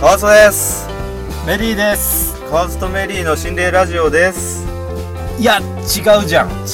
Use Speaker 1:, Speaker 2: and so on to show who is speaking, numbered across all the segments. Speaker 1: 川津です
Speaker 2: メリーです
Speaker 1: 川津とメリーの心霊ラジオです
Speaker 2: いや違うじゃんも
Speaker 1: 違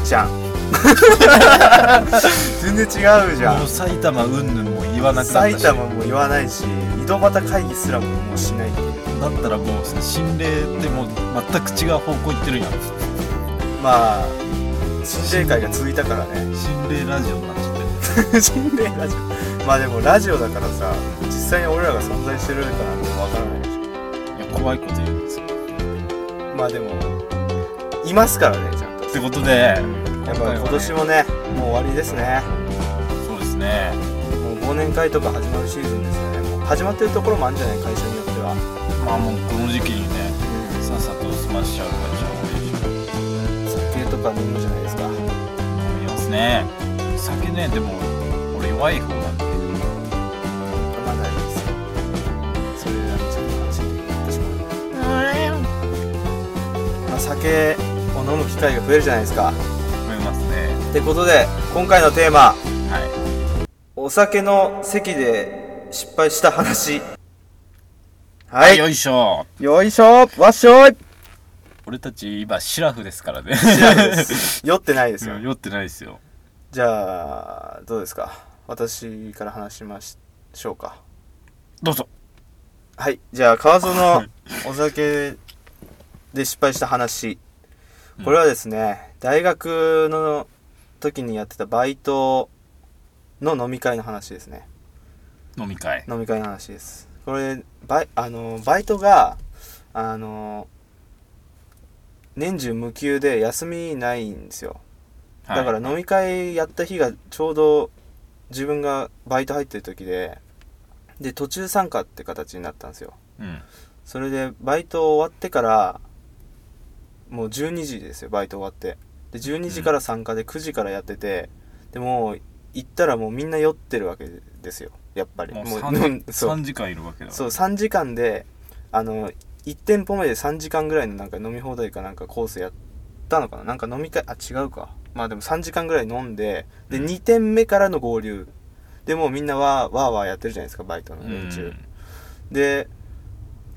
Speaker 1: うじゃん 全然違うじゃ
Speaker 2: う埼玉うんぬんも言わなんくなった
Speaker 1: 埼
Speaker 2: し
Speaker 1: 玉も言わないし井戸端会議すらももうしないっていう
Speaker 2: だったらもうその心霊ってもう全く違う方向行ってるやん
Speaker 1: まあ心霊会が続いたからね
Speaker 2: 心霊ラジオになっちゃって る
Speaker 1: 心霊ラジオまあでもラジオだからさ実際に俺らが存在してるかなんてわからないでし
Speaker 2: いや怖いこと言うんですよ
Speaker 1: ょまあでもいますからねちゃんと
Speaker 2: ってことで
Speaker 1: やっぱ今年もねもう終わりですね
Speaker 2: そうですね
Speaker 1: もう忘年会とか始まるシーズンですよねもう始まってるところもあるんじゃない会社によっては
Speaker 2: まあもうこの時期にねさっさと済ましちゃう感じは多いでし
Speaker 1: 酒とか飲むんじゃないですか
Speaker 2: ょ飲みますね酒ねでも俺弱い方なんで
Speaker 1: 飲まないですよそれでなんかちょっと話になってしまう、まあ、酒を飲む機会が増えるじゃないですか
Speaker 2: 思いますね
Speaker 1: ってことで今回のテーマ
Speaker 2: はい
Speaker 1: お酒の席で失敗した話はい、
Speaker 2: よいしょ
Speaker 1: よいしょわっしょい
Speaker 2: 俺たち今シラフですからね
Speaker 1: 知らないです酔ってないですよ
Speaker 2: いや酔ってないですよ
Speaker 1: じゃあどうですか私から話しましょうか
Speaker 2: どうぞ
Speaker 1: はいじゃあ川園
Speaker 2: は
Speaker 1: の
Speaker 2: い
Speaker 1: お酒で失敗した話
Speaker 2: うん
Speaker 1: これはですね、大学の時にやってたバイトの飲み会の話ですね
Speaker 2: 飲み会
Speaker 1: 飲み会の話ですこれバイあのバイトがあの年中無休で休みないんですよだから
Speaker 2: はい
Speaker 1: 飲み会やった日がちょうど自分がバイト入ってる時でで途中参加って形になったんですよ
Speaker 2: うん
Speaker 1: それでバイト終わってからもう12時ですよバイト終わってで12時から参加で9時からやっててでもう行ったらもうみんな酔ってるわけですよやっぱり
Speaker 2: もう
Speaker 1: 飲
Speaker 2: 3,
Speaker 1: んそう
Speaker 2: 時間いるわけだ
Speaker 1: そう3時間であの1店舗目で3時間ぐらいのなんか飲み放題かなんかコースやったのかななんか飲み会あ違うかまあでも3時間ぐらい飲んでで
Speaker 2: うん
Speaker 1: 2店目からの合流でもうみんなわーわーわーやってるじゃないですかバイトの
Speaker 2: うん
Speaker 1: 連中、で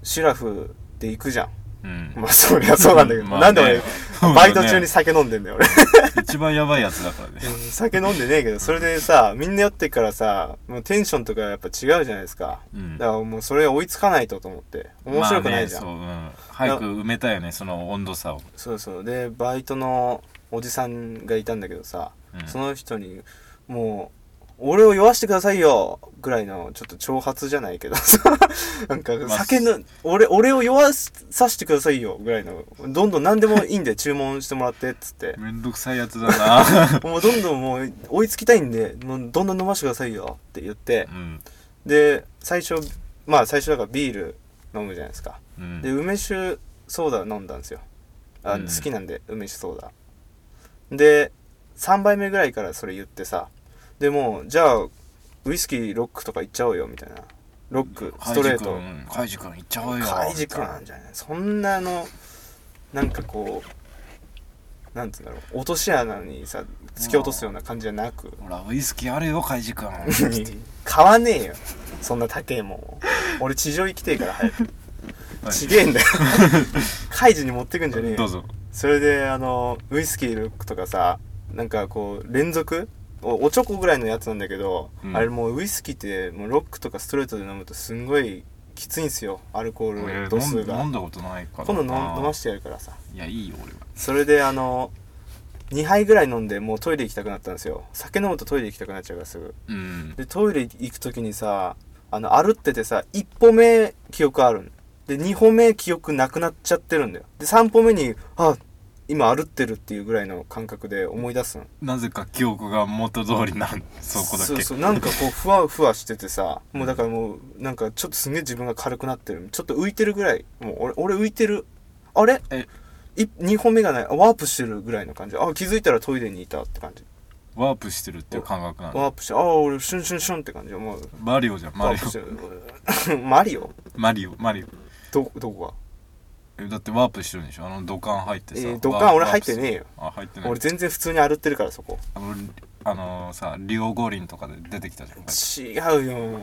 Speaker 1: シュラフで行くじゃん
Speaker 2: うん
Speaker 1: まあそりゃそうなんだけど、
Speaker 2: まあね
Speaker 1: なんで俺
Speaker 2: そうだね
Speaker 1: バイト中に酒飲んでんだよ俺
Speaker 2: 一番やばいやつだからね
Speaker 1: 酒飲んでねえけどそれでさみんな酔ってっからさもうテンションとかやっぱ違うじゃないですか
Speaker 2: うん
Speaker 1: だからもうそれ追いつかないとと思って面白くないじゃん、
Speaker 2: まあねそううん早く埋めたいよねその温度差を
Speaker 1: そうそうでバイトのおじさんがいたんだけどさ、
Speaker 2: うん
Speaker 1: その人にもう俺を酔わしてくださいよぐらいのちょっと挑発じゃないけど さなんか
Speaker 2: まあ
Speaker 1: 酒の、俺俺を酔わさせてくださいよぐらいのどんどん何でもいいんで 注文してもらってっつって
Speaker 2: めんどくさいやつだ な
Speaker 1: もうどんどんもう追いつきたいんでもうどんどん飲ましてくださいよって言って
Speaker 2: うん
Speaker 1: で最初まあ最初だからビール飲むじゃないですか
Speaker 2: うん
Speaker 1: で梅酒ソーダ飲んだんですよあ、
Speaker 2: うん
Speaker 1: 好きなんで梅酒ソーダで3杯目ぐらいからそれ言ってさでもうじゃあウイスキーロックとかいっちゃおうよみたいなロックストレート
Speaker 2: カイジ君いっちゃおうよ
Speaker 1: カイジ君なんじゃないそんなあのなんかこうなんつうんだろう落とし穴にさ突き落とすような感じじゃなく
Speaker 2: ほらウイスキーあるよカイ ジ君
Speaker 1: 買わねえよそんな高えもん俺地上行きてえから早くちげえ んだよカイジに持ってくんじゃねえよ
Speaker 2: どうぞ
Speaker 1: それであのウイスキールックとかさなんかこう連続おおちょこぐらいのやつなんだけど、
Speaker 2: うん
Speaker 1: あれもうウイスキーってもうロックとかストレートで飲むとすんごいきついんすよアルコー
Speaker 2: 俺
Speaker 1: ル度数
Speaker 2: 飲ん飲
Speaker 1: が
Speaker 2: んだことないから
Speaker 1: 今度飲
Speaker 2: な
Speaker 1: 飲ましてやるからさ
Speaker 2: いやいいよ俺は
Speaker 1: それであの2杯ぐらい飲んでもうトイレ行きたくなったんですよ酒飲むとトイレ行きたくなっちゃうからすぐ
Speaker 2: うん
Speaker 1: でトイレ行く時にさあの歩っててさ1歩目記憶あるんで2歩目記憶なくなっちゃってるんだよで3歩目にあ今歩ってるっていうぐらいの感覚で思い出すの
Speaker 2: なぜか記憶が元通 りなんそこだけ
Speaker 1: そうそうなんか こうふわふわしててさもうだからもうなんかちょっとすげえ自分が軽くなってるちょっと浮いてるぐらいもう俺俺浮いてるあれ
Speaker 2: え
Speaker 1: い2歩目がないあワープしてるぐらいの感じあ気づいたらトイレにいたって感じ
Speaker 2: ワープしてるっていう感覚なの
Speaker 1: ワープしてあ俺シュンシュンシュンって感じもう
Speaker 2: マリオじゃんマ
Speaker 1: ワ
Speaker 2: リ
Speaker 1: ープして
Speaker 2: オ
Speaker 1: る マリオ
Speaker 2: マリオマリオ
Speaker 1: どどこが
Speaker 2: えだってワープしてるんでしょあの土管入ってさ、
Speaker 1: えー
Speaker 2: え
Speaker 1: 土管俺入ってねえよ
Speaker 2: あ入ってない
Speaker 1: 俺全然普通に歩ってるからそこ
Speaker 2: あのあのさリオ五輪とかで出てきたじゃん
Speaker 1: 違うよも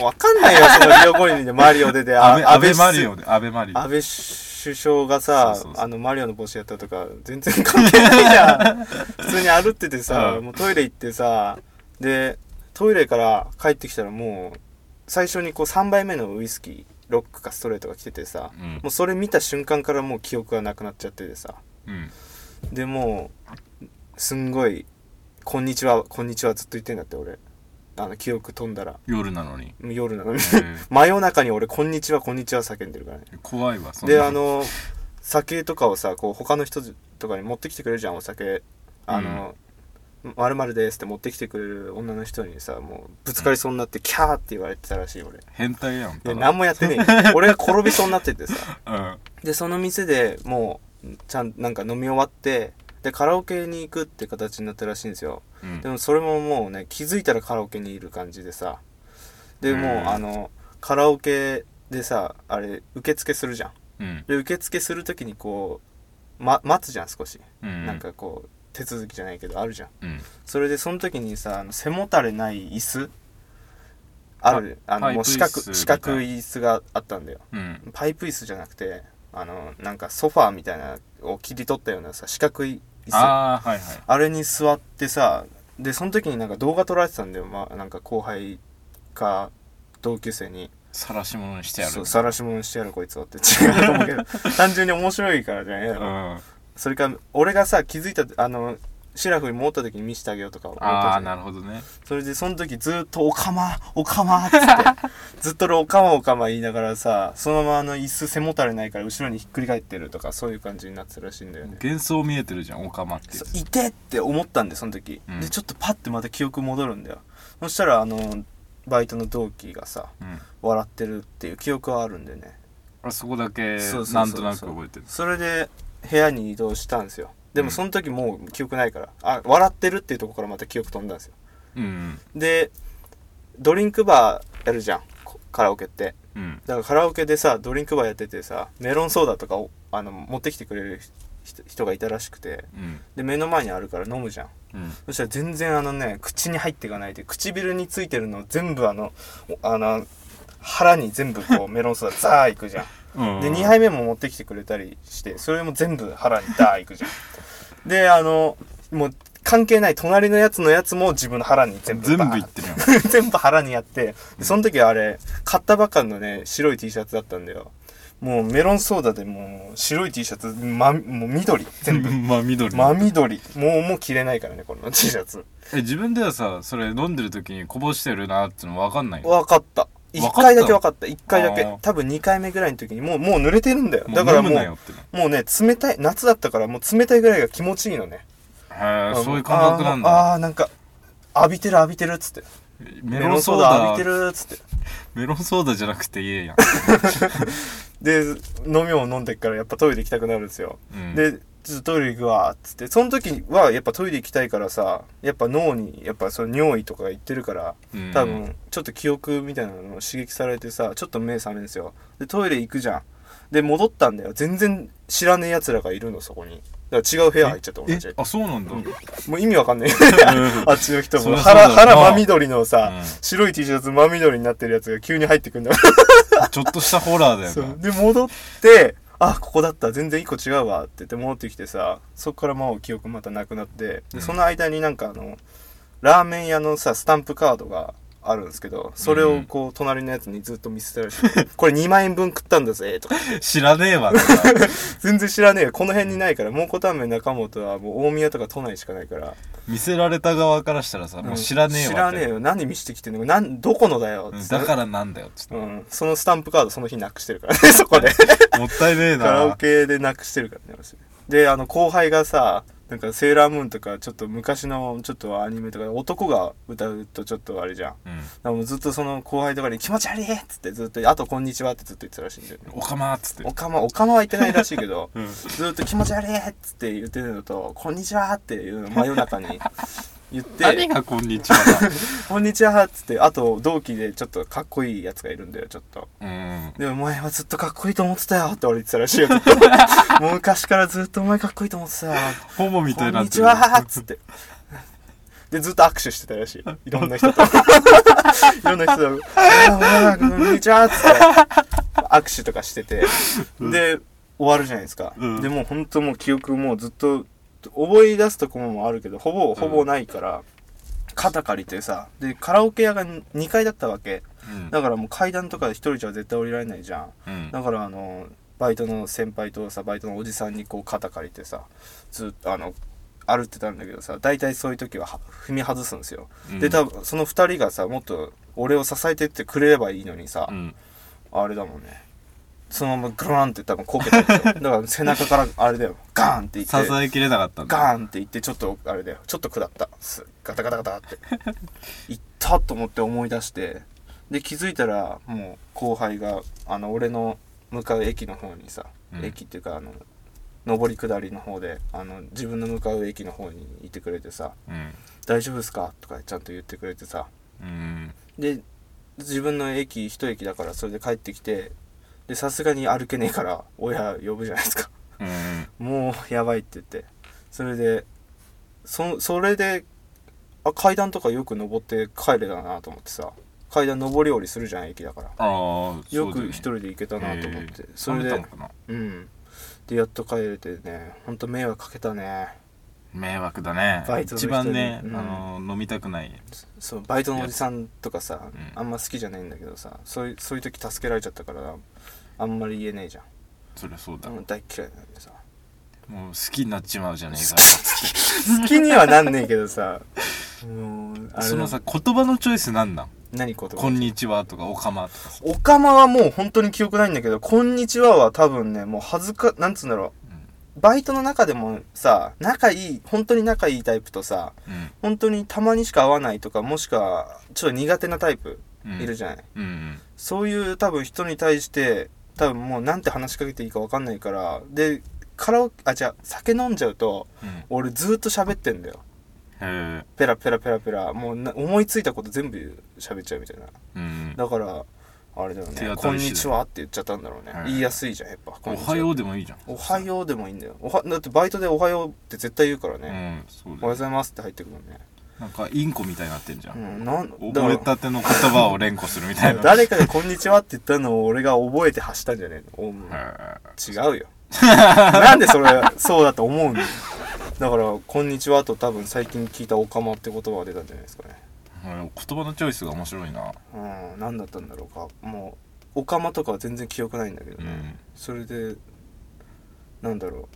Speaker 1: うわかん ないよそのリオ五輪でマリオ出てあ
Speaker 2: 安倍安倍
Speaker 1: 首
Speaker 2: マリオで安倍マリオ
Speaker 1: 安倍首相がさ
Speaker 2: そうそうそう
Speaker 1: あのマリオの帽子やったとか全然関係ないじゃ ん普通に歩っててさ、
Speaker 2: うん
Speaker 1: もうトイレ行ってさでトイレから帰ってきたらもう最初にこう3杯目のウイスキーロックかストレートが来ててさ、
Speaker 2: うん
Speaker 1: もうそれ見た瞬間からもう記憶がなくなっちゃっててさ
Speaker 2: うん
Speaker 1: でもうすんごい「こんにちはこんにちは」ずっと言ってんだって俺あの記憶飛んだら
Speaker 2: 夜なのに
Speaker 1: もう夜なのに
Speaker 2: えー
Speaker 1: 真夜中に俺「こんにちはこんにちは」叫んでるからね
Speaker 2: 怖いわそんな
Speaker 1: であの酒とかをさこう他の人とかに持ってきてくれるじゃんお酒あの「まるまるです」って持ってきてくれる女の人にさもうぶつかりそうになってキャーって言われてたらしい俺い
Speaker 2: 変態やん
Speaker 1: や
Speaker 2: ただ
Speaker 1: 何もやってねえ よ俺が転びそうになっててさ
Speaker 2: うん
Speaker 1: でその店でもうちゃんなんか飲み終わってでカラオケに行くって形になったらしいんですよ
Speaker 2: うん
Speaker 1: でもそれももうね気づいたらカラオケにいる感じでさでもう
Speaker 2: うん
Speaker 1: あのカラオケでさあれ受付するじゃん
Speaker 2: うん
Speaker 1: で受付するときにこう、ま、待つじゃん少し、
Speaker 2: うん
Speaker 1: なんかこう手続きじゃないけどあるじゃん
Speaker 2: うん
Speaker 1: それでその時にさあの背もたれない椅子あるあのもう四角
Speaker 2: パイプ椅子みたいな
Speaker 1: 四角い椅子があったんだよ
Speaker 2: うん
Speaker 1: パイプ椅子じゃなくてあのなんかソファーみたいなのを切り取ったようなさ四角い椅子あ
Speaker 2: ああはいはい
Speaker 1: れに座ってさでその時になんか動画撮られてたんだよ、まあ、なんか後輩か同級生に
Speaker 2: 晒し者にしてやる
Speaker 1: そう晒し者してやるこいつはって違うと思う けど単純に面白いからじゃない
Speaker 2: うん
Speaker 1: それから俺がさ気づいたあのシラフに持った時に見せてあげようとか思ったじ
Speaker 2: あ
Speaker 1: ゃ
Speaker 2: あ
Speaker 1: ん
Speaker 2: なるほどね
Speaker 1: それでその時ずっと「おかまおかま」っ つってずっと俺「おかまおかま」言いながらさそのままあの椅子背もたれないから後ろにひっくり返ってるとかそういう感じになってたらしいんだよね
Speaker 2: 幻想見えてるじゃんオカマって
Speaker 1: そういてって思ったんでその時、
Speaker 2: うん
Speaker 1: でちょっとパッてまた記憶戻るんだよそしたらあのバイトの同期がさ
Speaker 2: うん
Speaker 1: 笑ってるっていう記憶はあるんでね
Speaker 2: あそこだけ
Speaker 1: そうそうそうそう
Speaker 2: なんとなく覚えてる
Speaker 1: それで部屋に移動したんですよで
Speaker 2: う
Speaker 1: も
Speaker 2: ん
Speaker 1: その時もう記憶ないからあ笑ってるっていうところからまた記憶飛んだんですよ
Speaker 2: うん
Speaker 1: でドリンクバーやるじゃんこカラオケって
Speaker 2: うん
Speaker 1: だからカラオケでさドリンクバーやっててさメロンソーダとかをあの持ってきてくれる人人がいたらしくて
Speaker 2: うん
Speaker 1: で目の前にあるから飲むじゃん
Speaker 2: うん
Speaker 1: そしたら全然あのね口に入っていかないで唇についてるのを全部あのおあの腹に全部 こうメロンソーダザーいくじゃん
Speaker 2: うん
Speaker 1: で2杯目も持ってきてくれたりしてそれも全部腹にダーいくじゃんであのもう関係ない隣のやつのやつも自分の腹に全部
Speaker 2: 全
Speaker 1: バー
Speaker 2: 部いってるやん
Speaker 1: 全部腹にやってでその時はあれ買ったばかりのね白い T シャツだったんだよもうメロンソーダでもう白い T シャツ、ま、もう緑 全部
Speaker 2: まあ緑
Speaker 1: 真緑もうもう着れないからねこの T シャツ
Speaker 2: え自分ではさそれ飲んでる時にこぼしてるなっての分かんないの
Speaker 1: 分かった
Speaker 2: わか
Speaker 1: 1
Speaker 2: った
Speaker 1: 回だけ分かった1回だ
Speaker 2: あ
Speaker 1: け
Speaker 2: ー
Speaker 1: 多分2回目ぐらいの時にもうもう濡れてるんだよ
Speaker 2: も
Speaker 1: だ
Speaker 2: う
Speaker 1: から
Speaker 2: 飲
Speaker 1: も
Speaker 2: むな
Speaker 1: う
Speaker 2: よっての
Speaker 1: もうね冷たい夏だったからもう冷たいぐらいが気持ちいいのね
Speaker 2: へえ
Speaker 1: の
Speaker 2: そういう感覚なんだ
Speaker 1: あーあーなんか浴びてる浴びてるっつってメ
Speaker 2: メロ
Speaker 1: ロ
Speaker 2: ン
Speaker 1: ン
Speaker 2: ソ
Speaker 1: ソー
Speaker 2: ーダ
Speaker 1: ダ浴びてるっつって
Speaker 2: メロンソーダじゃなくて家やん、
Speaker 1: で飲みを飲んでっからやっぱトイレ行きたくなるんですよ、
Speaker 2: うん、
Speaker 1: でちょっとトイレ行くわっつってその時はやっぱトイレ行きたいからさやっぱ脳にやっぱその尿意とかが行ってるから
Speaker 2: うん
Speaker 1: 多分ちょっと記憶みたいなのを刺激されてさちょっと目覚めるんですよでトイレ行くじゃんで戻ったんだよ全然知らねえやつらがいるのそこにだから違う部屋入っちゃった同
Speaker 2: え
Speaker 1: じ
Speaker 2: あそうなんだ、
Speaker 1: もう意味わかん ないあっちの人
Speaker 2: そり
Speaker 1: も
Speaker 2: ゃそうだよ
Speaker 1: 腹
Speaker 2: な
Speaker 1: 腹真緑のさ、
Speaker 2: うん
Speaker 1: 白い T シャツ真緑になってるやつが急に入ってくんだ
Speaker 2: ちょっとしたホラーだよな
Speaker 1: そうで戻ってあここだった全然一個違うわって言って戻ってきてさそこからもう記憶またなくなってで、
Speaker 2: うん
Speaker 1: その間になんかあのラーメン屋のさスタンプカードがあるんですけどそれをこう隣のやつにずっと見せてたらしい、 これ2万円分食ったんだぜとか
Speaker 2: 知らねえわな
Speaker 1: 全然知らねえよこの辺にないから蒙古タンメン中本はもう大宮とか都内しかないから
Speaker 2: 見せられた側からしたらさもう知らねえわ
Speaker 1: 知らねえよ何見せてきてんのなんどこのだよ
Speaker 2: う
Speaker 1: っ
Speaker 2: ん
Speaker 1: て、
Speaker 2: だからなんだよっつって
Speaker 1: うん、そのスタンプカードその日なくしてるからね そこで
Speaker 2: もったいねえな
Speaker 1: カラオケでなくしてるからね私であの後輩がさなんかセーラームーンとかちょっと昔のちょっとアニメとか男が歌うとちょっとあれじゃんだか
Speaker 2: うん
Speaker 1: らもうずっとその後輩とかに「気持ち悪い!」っつってずっと「あとこんにちは」ってずっと言ってたらしいんだよね
Speaker 2: おかまーっつって
Speaker 1: おかまおかまは言ってないらしいけど
Speaker 2: うん
Speaker 1: ずっと「気持ち悪い!」っつって言ってるのと「こんにちは!」っていうのを真夜中に言っ
Speaker 2: 何
Speaker 1: て
Speaker 2: がこんにちは
Speaker 1: 「こんにちは!」っつってあと同期でちょっとかっこいいやつがいるんだよちょっと
Speaker 2: だうん
Speaker 1: で、お前はずっとかっこいいと思ってたよって俺言ってたらしい よ。ずっともう昔からずっとお前かっこいいと思ってたよ。
Speaker 2: ホモみたい
Speaker 1: こ
Speaker 2: に
Speaker 1: ん
Speaker 2: なっ
Speaker 1: に
Speaker 2: て
Speaker 1: ち
Speaker 2: る
Speaker 1: はっつって。でずっと握手してたらしいいろんな 人といろんな人と「ああこんにちは」っつって握手とかしててで終わるじゃないですか、
Speaker 2: うん
Speaker 1: でもう本当もう記憶もうずっと思い出すとこもあるけどほぼほぼないから、肩借りてさでカラオケ屋が2階だったわけ
Speaker 2: うん
Speaker 1: だからもう階段とか一人じゃ絶対降りられないじゃん
Speaker 2: うん
Speaker 1: だからあのバイトの先輩とさバイトのおじさんにこう肩借りてさずっとあの歩ってたんだけどさ大体そういう時はは踏み外すんですよ、
Speaker 2: うん
Speaker 1: で多分その2人がさもっと俺を支えてってくれればいいのにさ、
Speaker 2: うん
Speaker 1: あれだもんねそのままグランって多分こけたでしょだ から背中からあれだよガーンっていっ
Speaker 2: 支
Speaker 1: て
Speaker 2: えきれなかったんだ
Speaker 1: ガーンっていってちょっとあれだよちょっと下ったすガタガタガタって 行ったと思って思い出してで気づいたらもう後輩があの俺の向かう駅の方にさ、
Speaker 2: うん
Speaker 1: 駅っていうかあの上り下りの方であの自分の向かう駅の方にいてくれてさ
Speaker 2: うん
Speaker 1: 「大丈夫ですか?」とかちゃんと言ってくれてさ
Speaker 2: うん
Speaker 1: で自分の駅一駅だからそれで帰ってきてでさすがに歩けねえから親呼ぶじゃないですか
Speaker 2: うん
Speaker 1: もうやばいって言ってそれでそそれであ階段とかよく登って帰れたなと思ってさ階段上り下りするじゃん駅だから
Speaker 2: ああ
Speaker 1: よく一
Speaker 2: だ
Speaker 1: 人で行けたなと思って、そ
Speaker 2: それ
Speaker 1: れ
Speaker 2: で
Speaker 1: でうんでやっと帰れてねほんと迷惑かけたね
Speaker 2: 迷惑だね
Speaker 1: バイトの人に
Speaker 2: 一番ねあ
Speaker 1: うん
Speaker 2: の飲みたくない
Speaker 1: そうバイトのおじさんとかさ、
Speaker 2: うん
Speaker 1: あんま好きじゃないんだけどさそういうそういう時助けられちゃったからあんまり言えねえじゃん
Speaker 2: そりゃそうだ
Speaker 1: うん大っ嫌いなんでさ
Speaker 2: もう好きになっちまうじゃねえか
Speaker 1: 好きにはなんねえけどさもうあれ
Speaker 2: その
Speaker 1: だ
Speaker 2: さ言葉のチョイスなんなん
Speaker 1: 何言葉
Speaker 2: こんにちはとかおかまとかさ
Speaker 1: おかまはもう本当に記憶ないんだけど、こんにちはは多分ね、もう恥ずか、なんつうんだろう。バイトの中でもさ、仲いい、本当に仲いいタイプとさ、
Speaker 2: うん
Speaker 1: 本当にたまにしか会わないとか、もしくは、ちょっと苦手なタイプ
Speaker 2: うん
Speaker 1: いるじゃない。
Speaker 2: うんうん
Speaker 1: そういう多分人に対して、多分もうなんて話しかけていいかわかんないから、で、カラオケ、あ、じゃ酒飲んじゃうと、
Speaker 2: うんへ
Speaker 1: 俺ずっと喋ってんだよ。
Speaker 2: え
Speaker 1: ペラペラペラペラ、もうな思いついたこと全部喋っちゃうみたいな。
Speaker 2: うん
Speaker 1: だからあれだよ
Speaker 2: 手
Speaker 1: ね「
Speaker 2: 当
Speaker 1: こ
Speaker 2: た
Speaker 1: ん
Speaker 2: り次第
Speaker 1: にちは」って言っちゃったんだろうね、
Speaker 2: うん
Speaker 1: 言いやすいじゃんやっぱ「こん
Speaker 2: お
Speaker 1: にちは
Speaker 2: はようでもいいじゃん
Speaker 1: おはよう」でもいいんだよおはだってバイトで「おはよう」って絶対言うから
Speaker 2: う
Speaker 1: ね
Speaker 2: んそう
Speaker 1: 「おはよ
Speaker 2: だ
Speaker 1: うご
Speaker 2: よ
Speaker 1: ざいます」って入ってくるもんね、
Speaker 2: なんかインコみたいになってんじゃ
Speaker 1: うんん、なんだか
Speaker 2: 覚
Speaker 1: ら
Speaker 2: えたての言葉を連呼するみたいな
Speaker 1: 誰かが「こんにちは」って言ったのを俺が覚えて発したんじゃねえのおもう
Speaker 2: へ
Speaker 1: 違うよ なんでそれそうだと思うんだよだから「こんにちは」と多分最近聞いた「おかま」って言葉が出たんじゃないですかね
Speaker 2: えうん言葉のチョイスが面白いな
Speaker 1: うん何だったんだろうかもう「おかま」とかは全然記憶ないんだけど
Speaker 2: う
Speaker 1: ね、
Speaker 2: ん
Speaker 1: それでなんだろ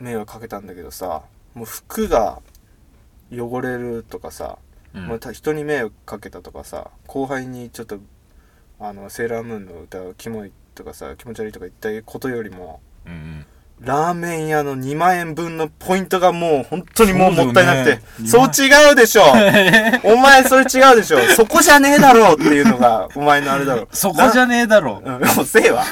Speaker 1: う迷惑かけたんだけどさもう服が汚れるとかさ、
Speaker 2: うん
Speaker 1: また人に迷惑かけたとかさ後輩にちょっとあのセーラームーンの歌をキモいとかさ気持ち悪いとか言ったことよりも
Speaker 2: うんうん
Speaker 1: ラーメン屋の2万円分のポイントがもう本当にもうもったいなくて
Speaker 2: そ
Speaker 1: そ
Speaker 2: う
Speaker 1: う,、
Speaker 2: だよ
Speaker 1: 違
Speaker 2: ね
Speaker 1: うでしょお前それ違うでしょそこじゃねえだろうっていうのがお前のあれだろ
Speaker 2: そこじゃねえだろ
Speaker 1: うん、もうせえわ。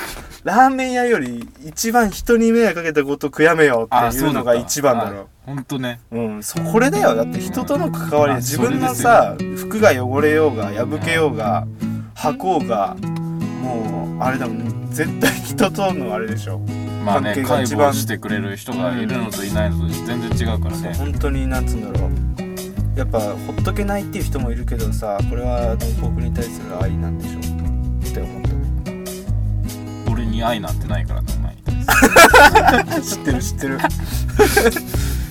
Speaker 1: ラーメン屋より一番人に迷惑かけたこと悔やめよっていうのが一番だろ。
Speaker 2: ほんとね
Speaker 1: う。うん、そこれだよ。だって人との関わり、
Speaker 2: あ
Speaker 1: 自分のさ、服が汚れようが、破けようが、履こうが、もう、あれだもん、ね、絶対人とのあれでしょ。
Speaker 2: まあね
Speaker 1: 関係が
Speaker 2: 解
Speaker 1: 一番
Speaker 2: 剖してくれる人がいるのといないのと全然違うからね
Speaker 1: 本当に、なんつうんだろう。やっぱ、ほっとけないっていう人もいるけどさ、これはあの僕に対する愛なんでしょう。って思った。
Speaker 2: 俺に愛なんてないからなお前に対し
Speaker 1: 知っ
Speaker 2: て
Speaker 1: てる知ってる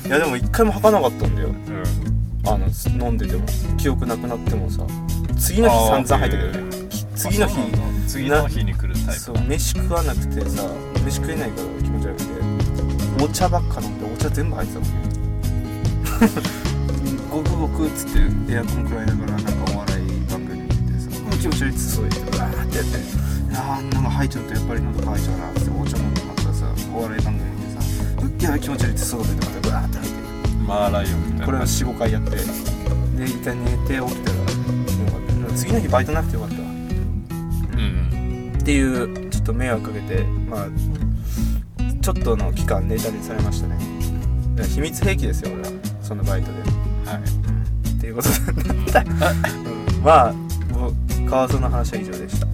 Speaker 1: いやでも一回も履かなかったんだよあの飲んでても記憶なくなってもさ次の日散々入ってくるねき次の日
Speaker 2: あそうなんだ次の日に来るタイプ
Speaker 1: そう飯食わなくてさ飯食えないから気持ち悪くてお茶ばっか飲んでお茶全部入ってたもんね ごくごくっつってエアコンくらいだからなんかお笑い番組見てさ「うん気持ち悪い」っつってそう言ってわーってやって「あーなんか吐いちゃうとやっぱり喉乾いちゃうな」っつってお茶飲んでまたさお笑い番組見てさ「うっやばい気持ち悪い」っつってそう出てまたわーって吐いて
Speaker 2: マーライオンみたいな
Speaker 1: これを45回やってで一回寝て起きたらよかったでも次の日バイトなくてよかったわ
Speaker 2: うん
Speaker 1: っていうちょっと迷惑かけてまあちょっとの期間ネタにされましたねだから秘密兵器ですよ俺はそのバイトで、
Speaker 2: はい
Speaker 1: っていうことなんだ、うんまあ僕川曽の話は以上でした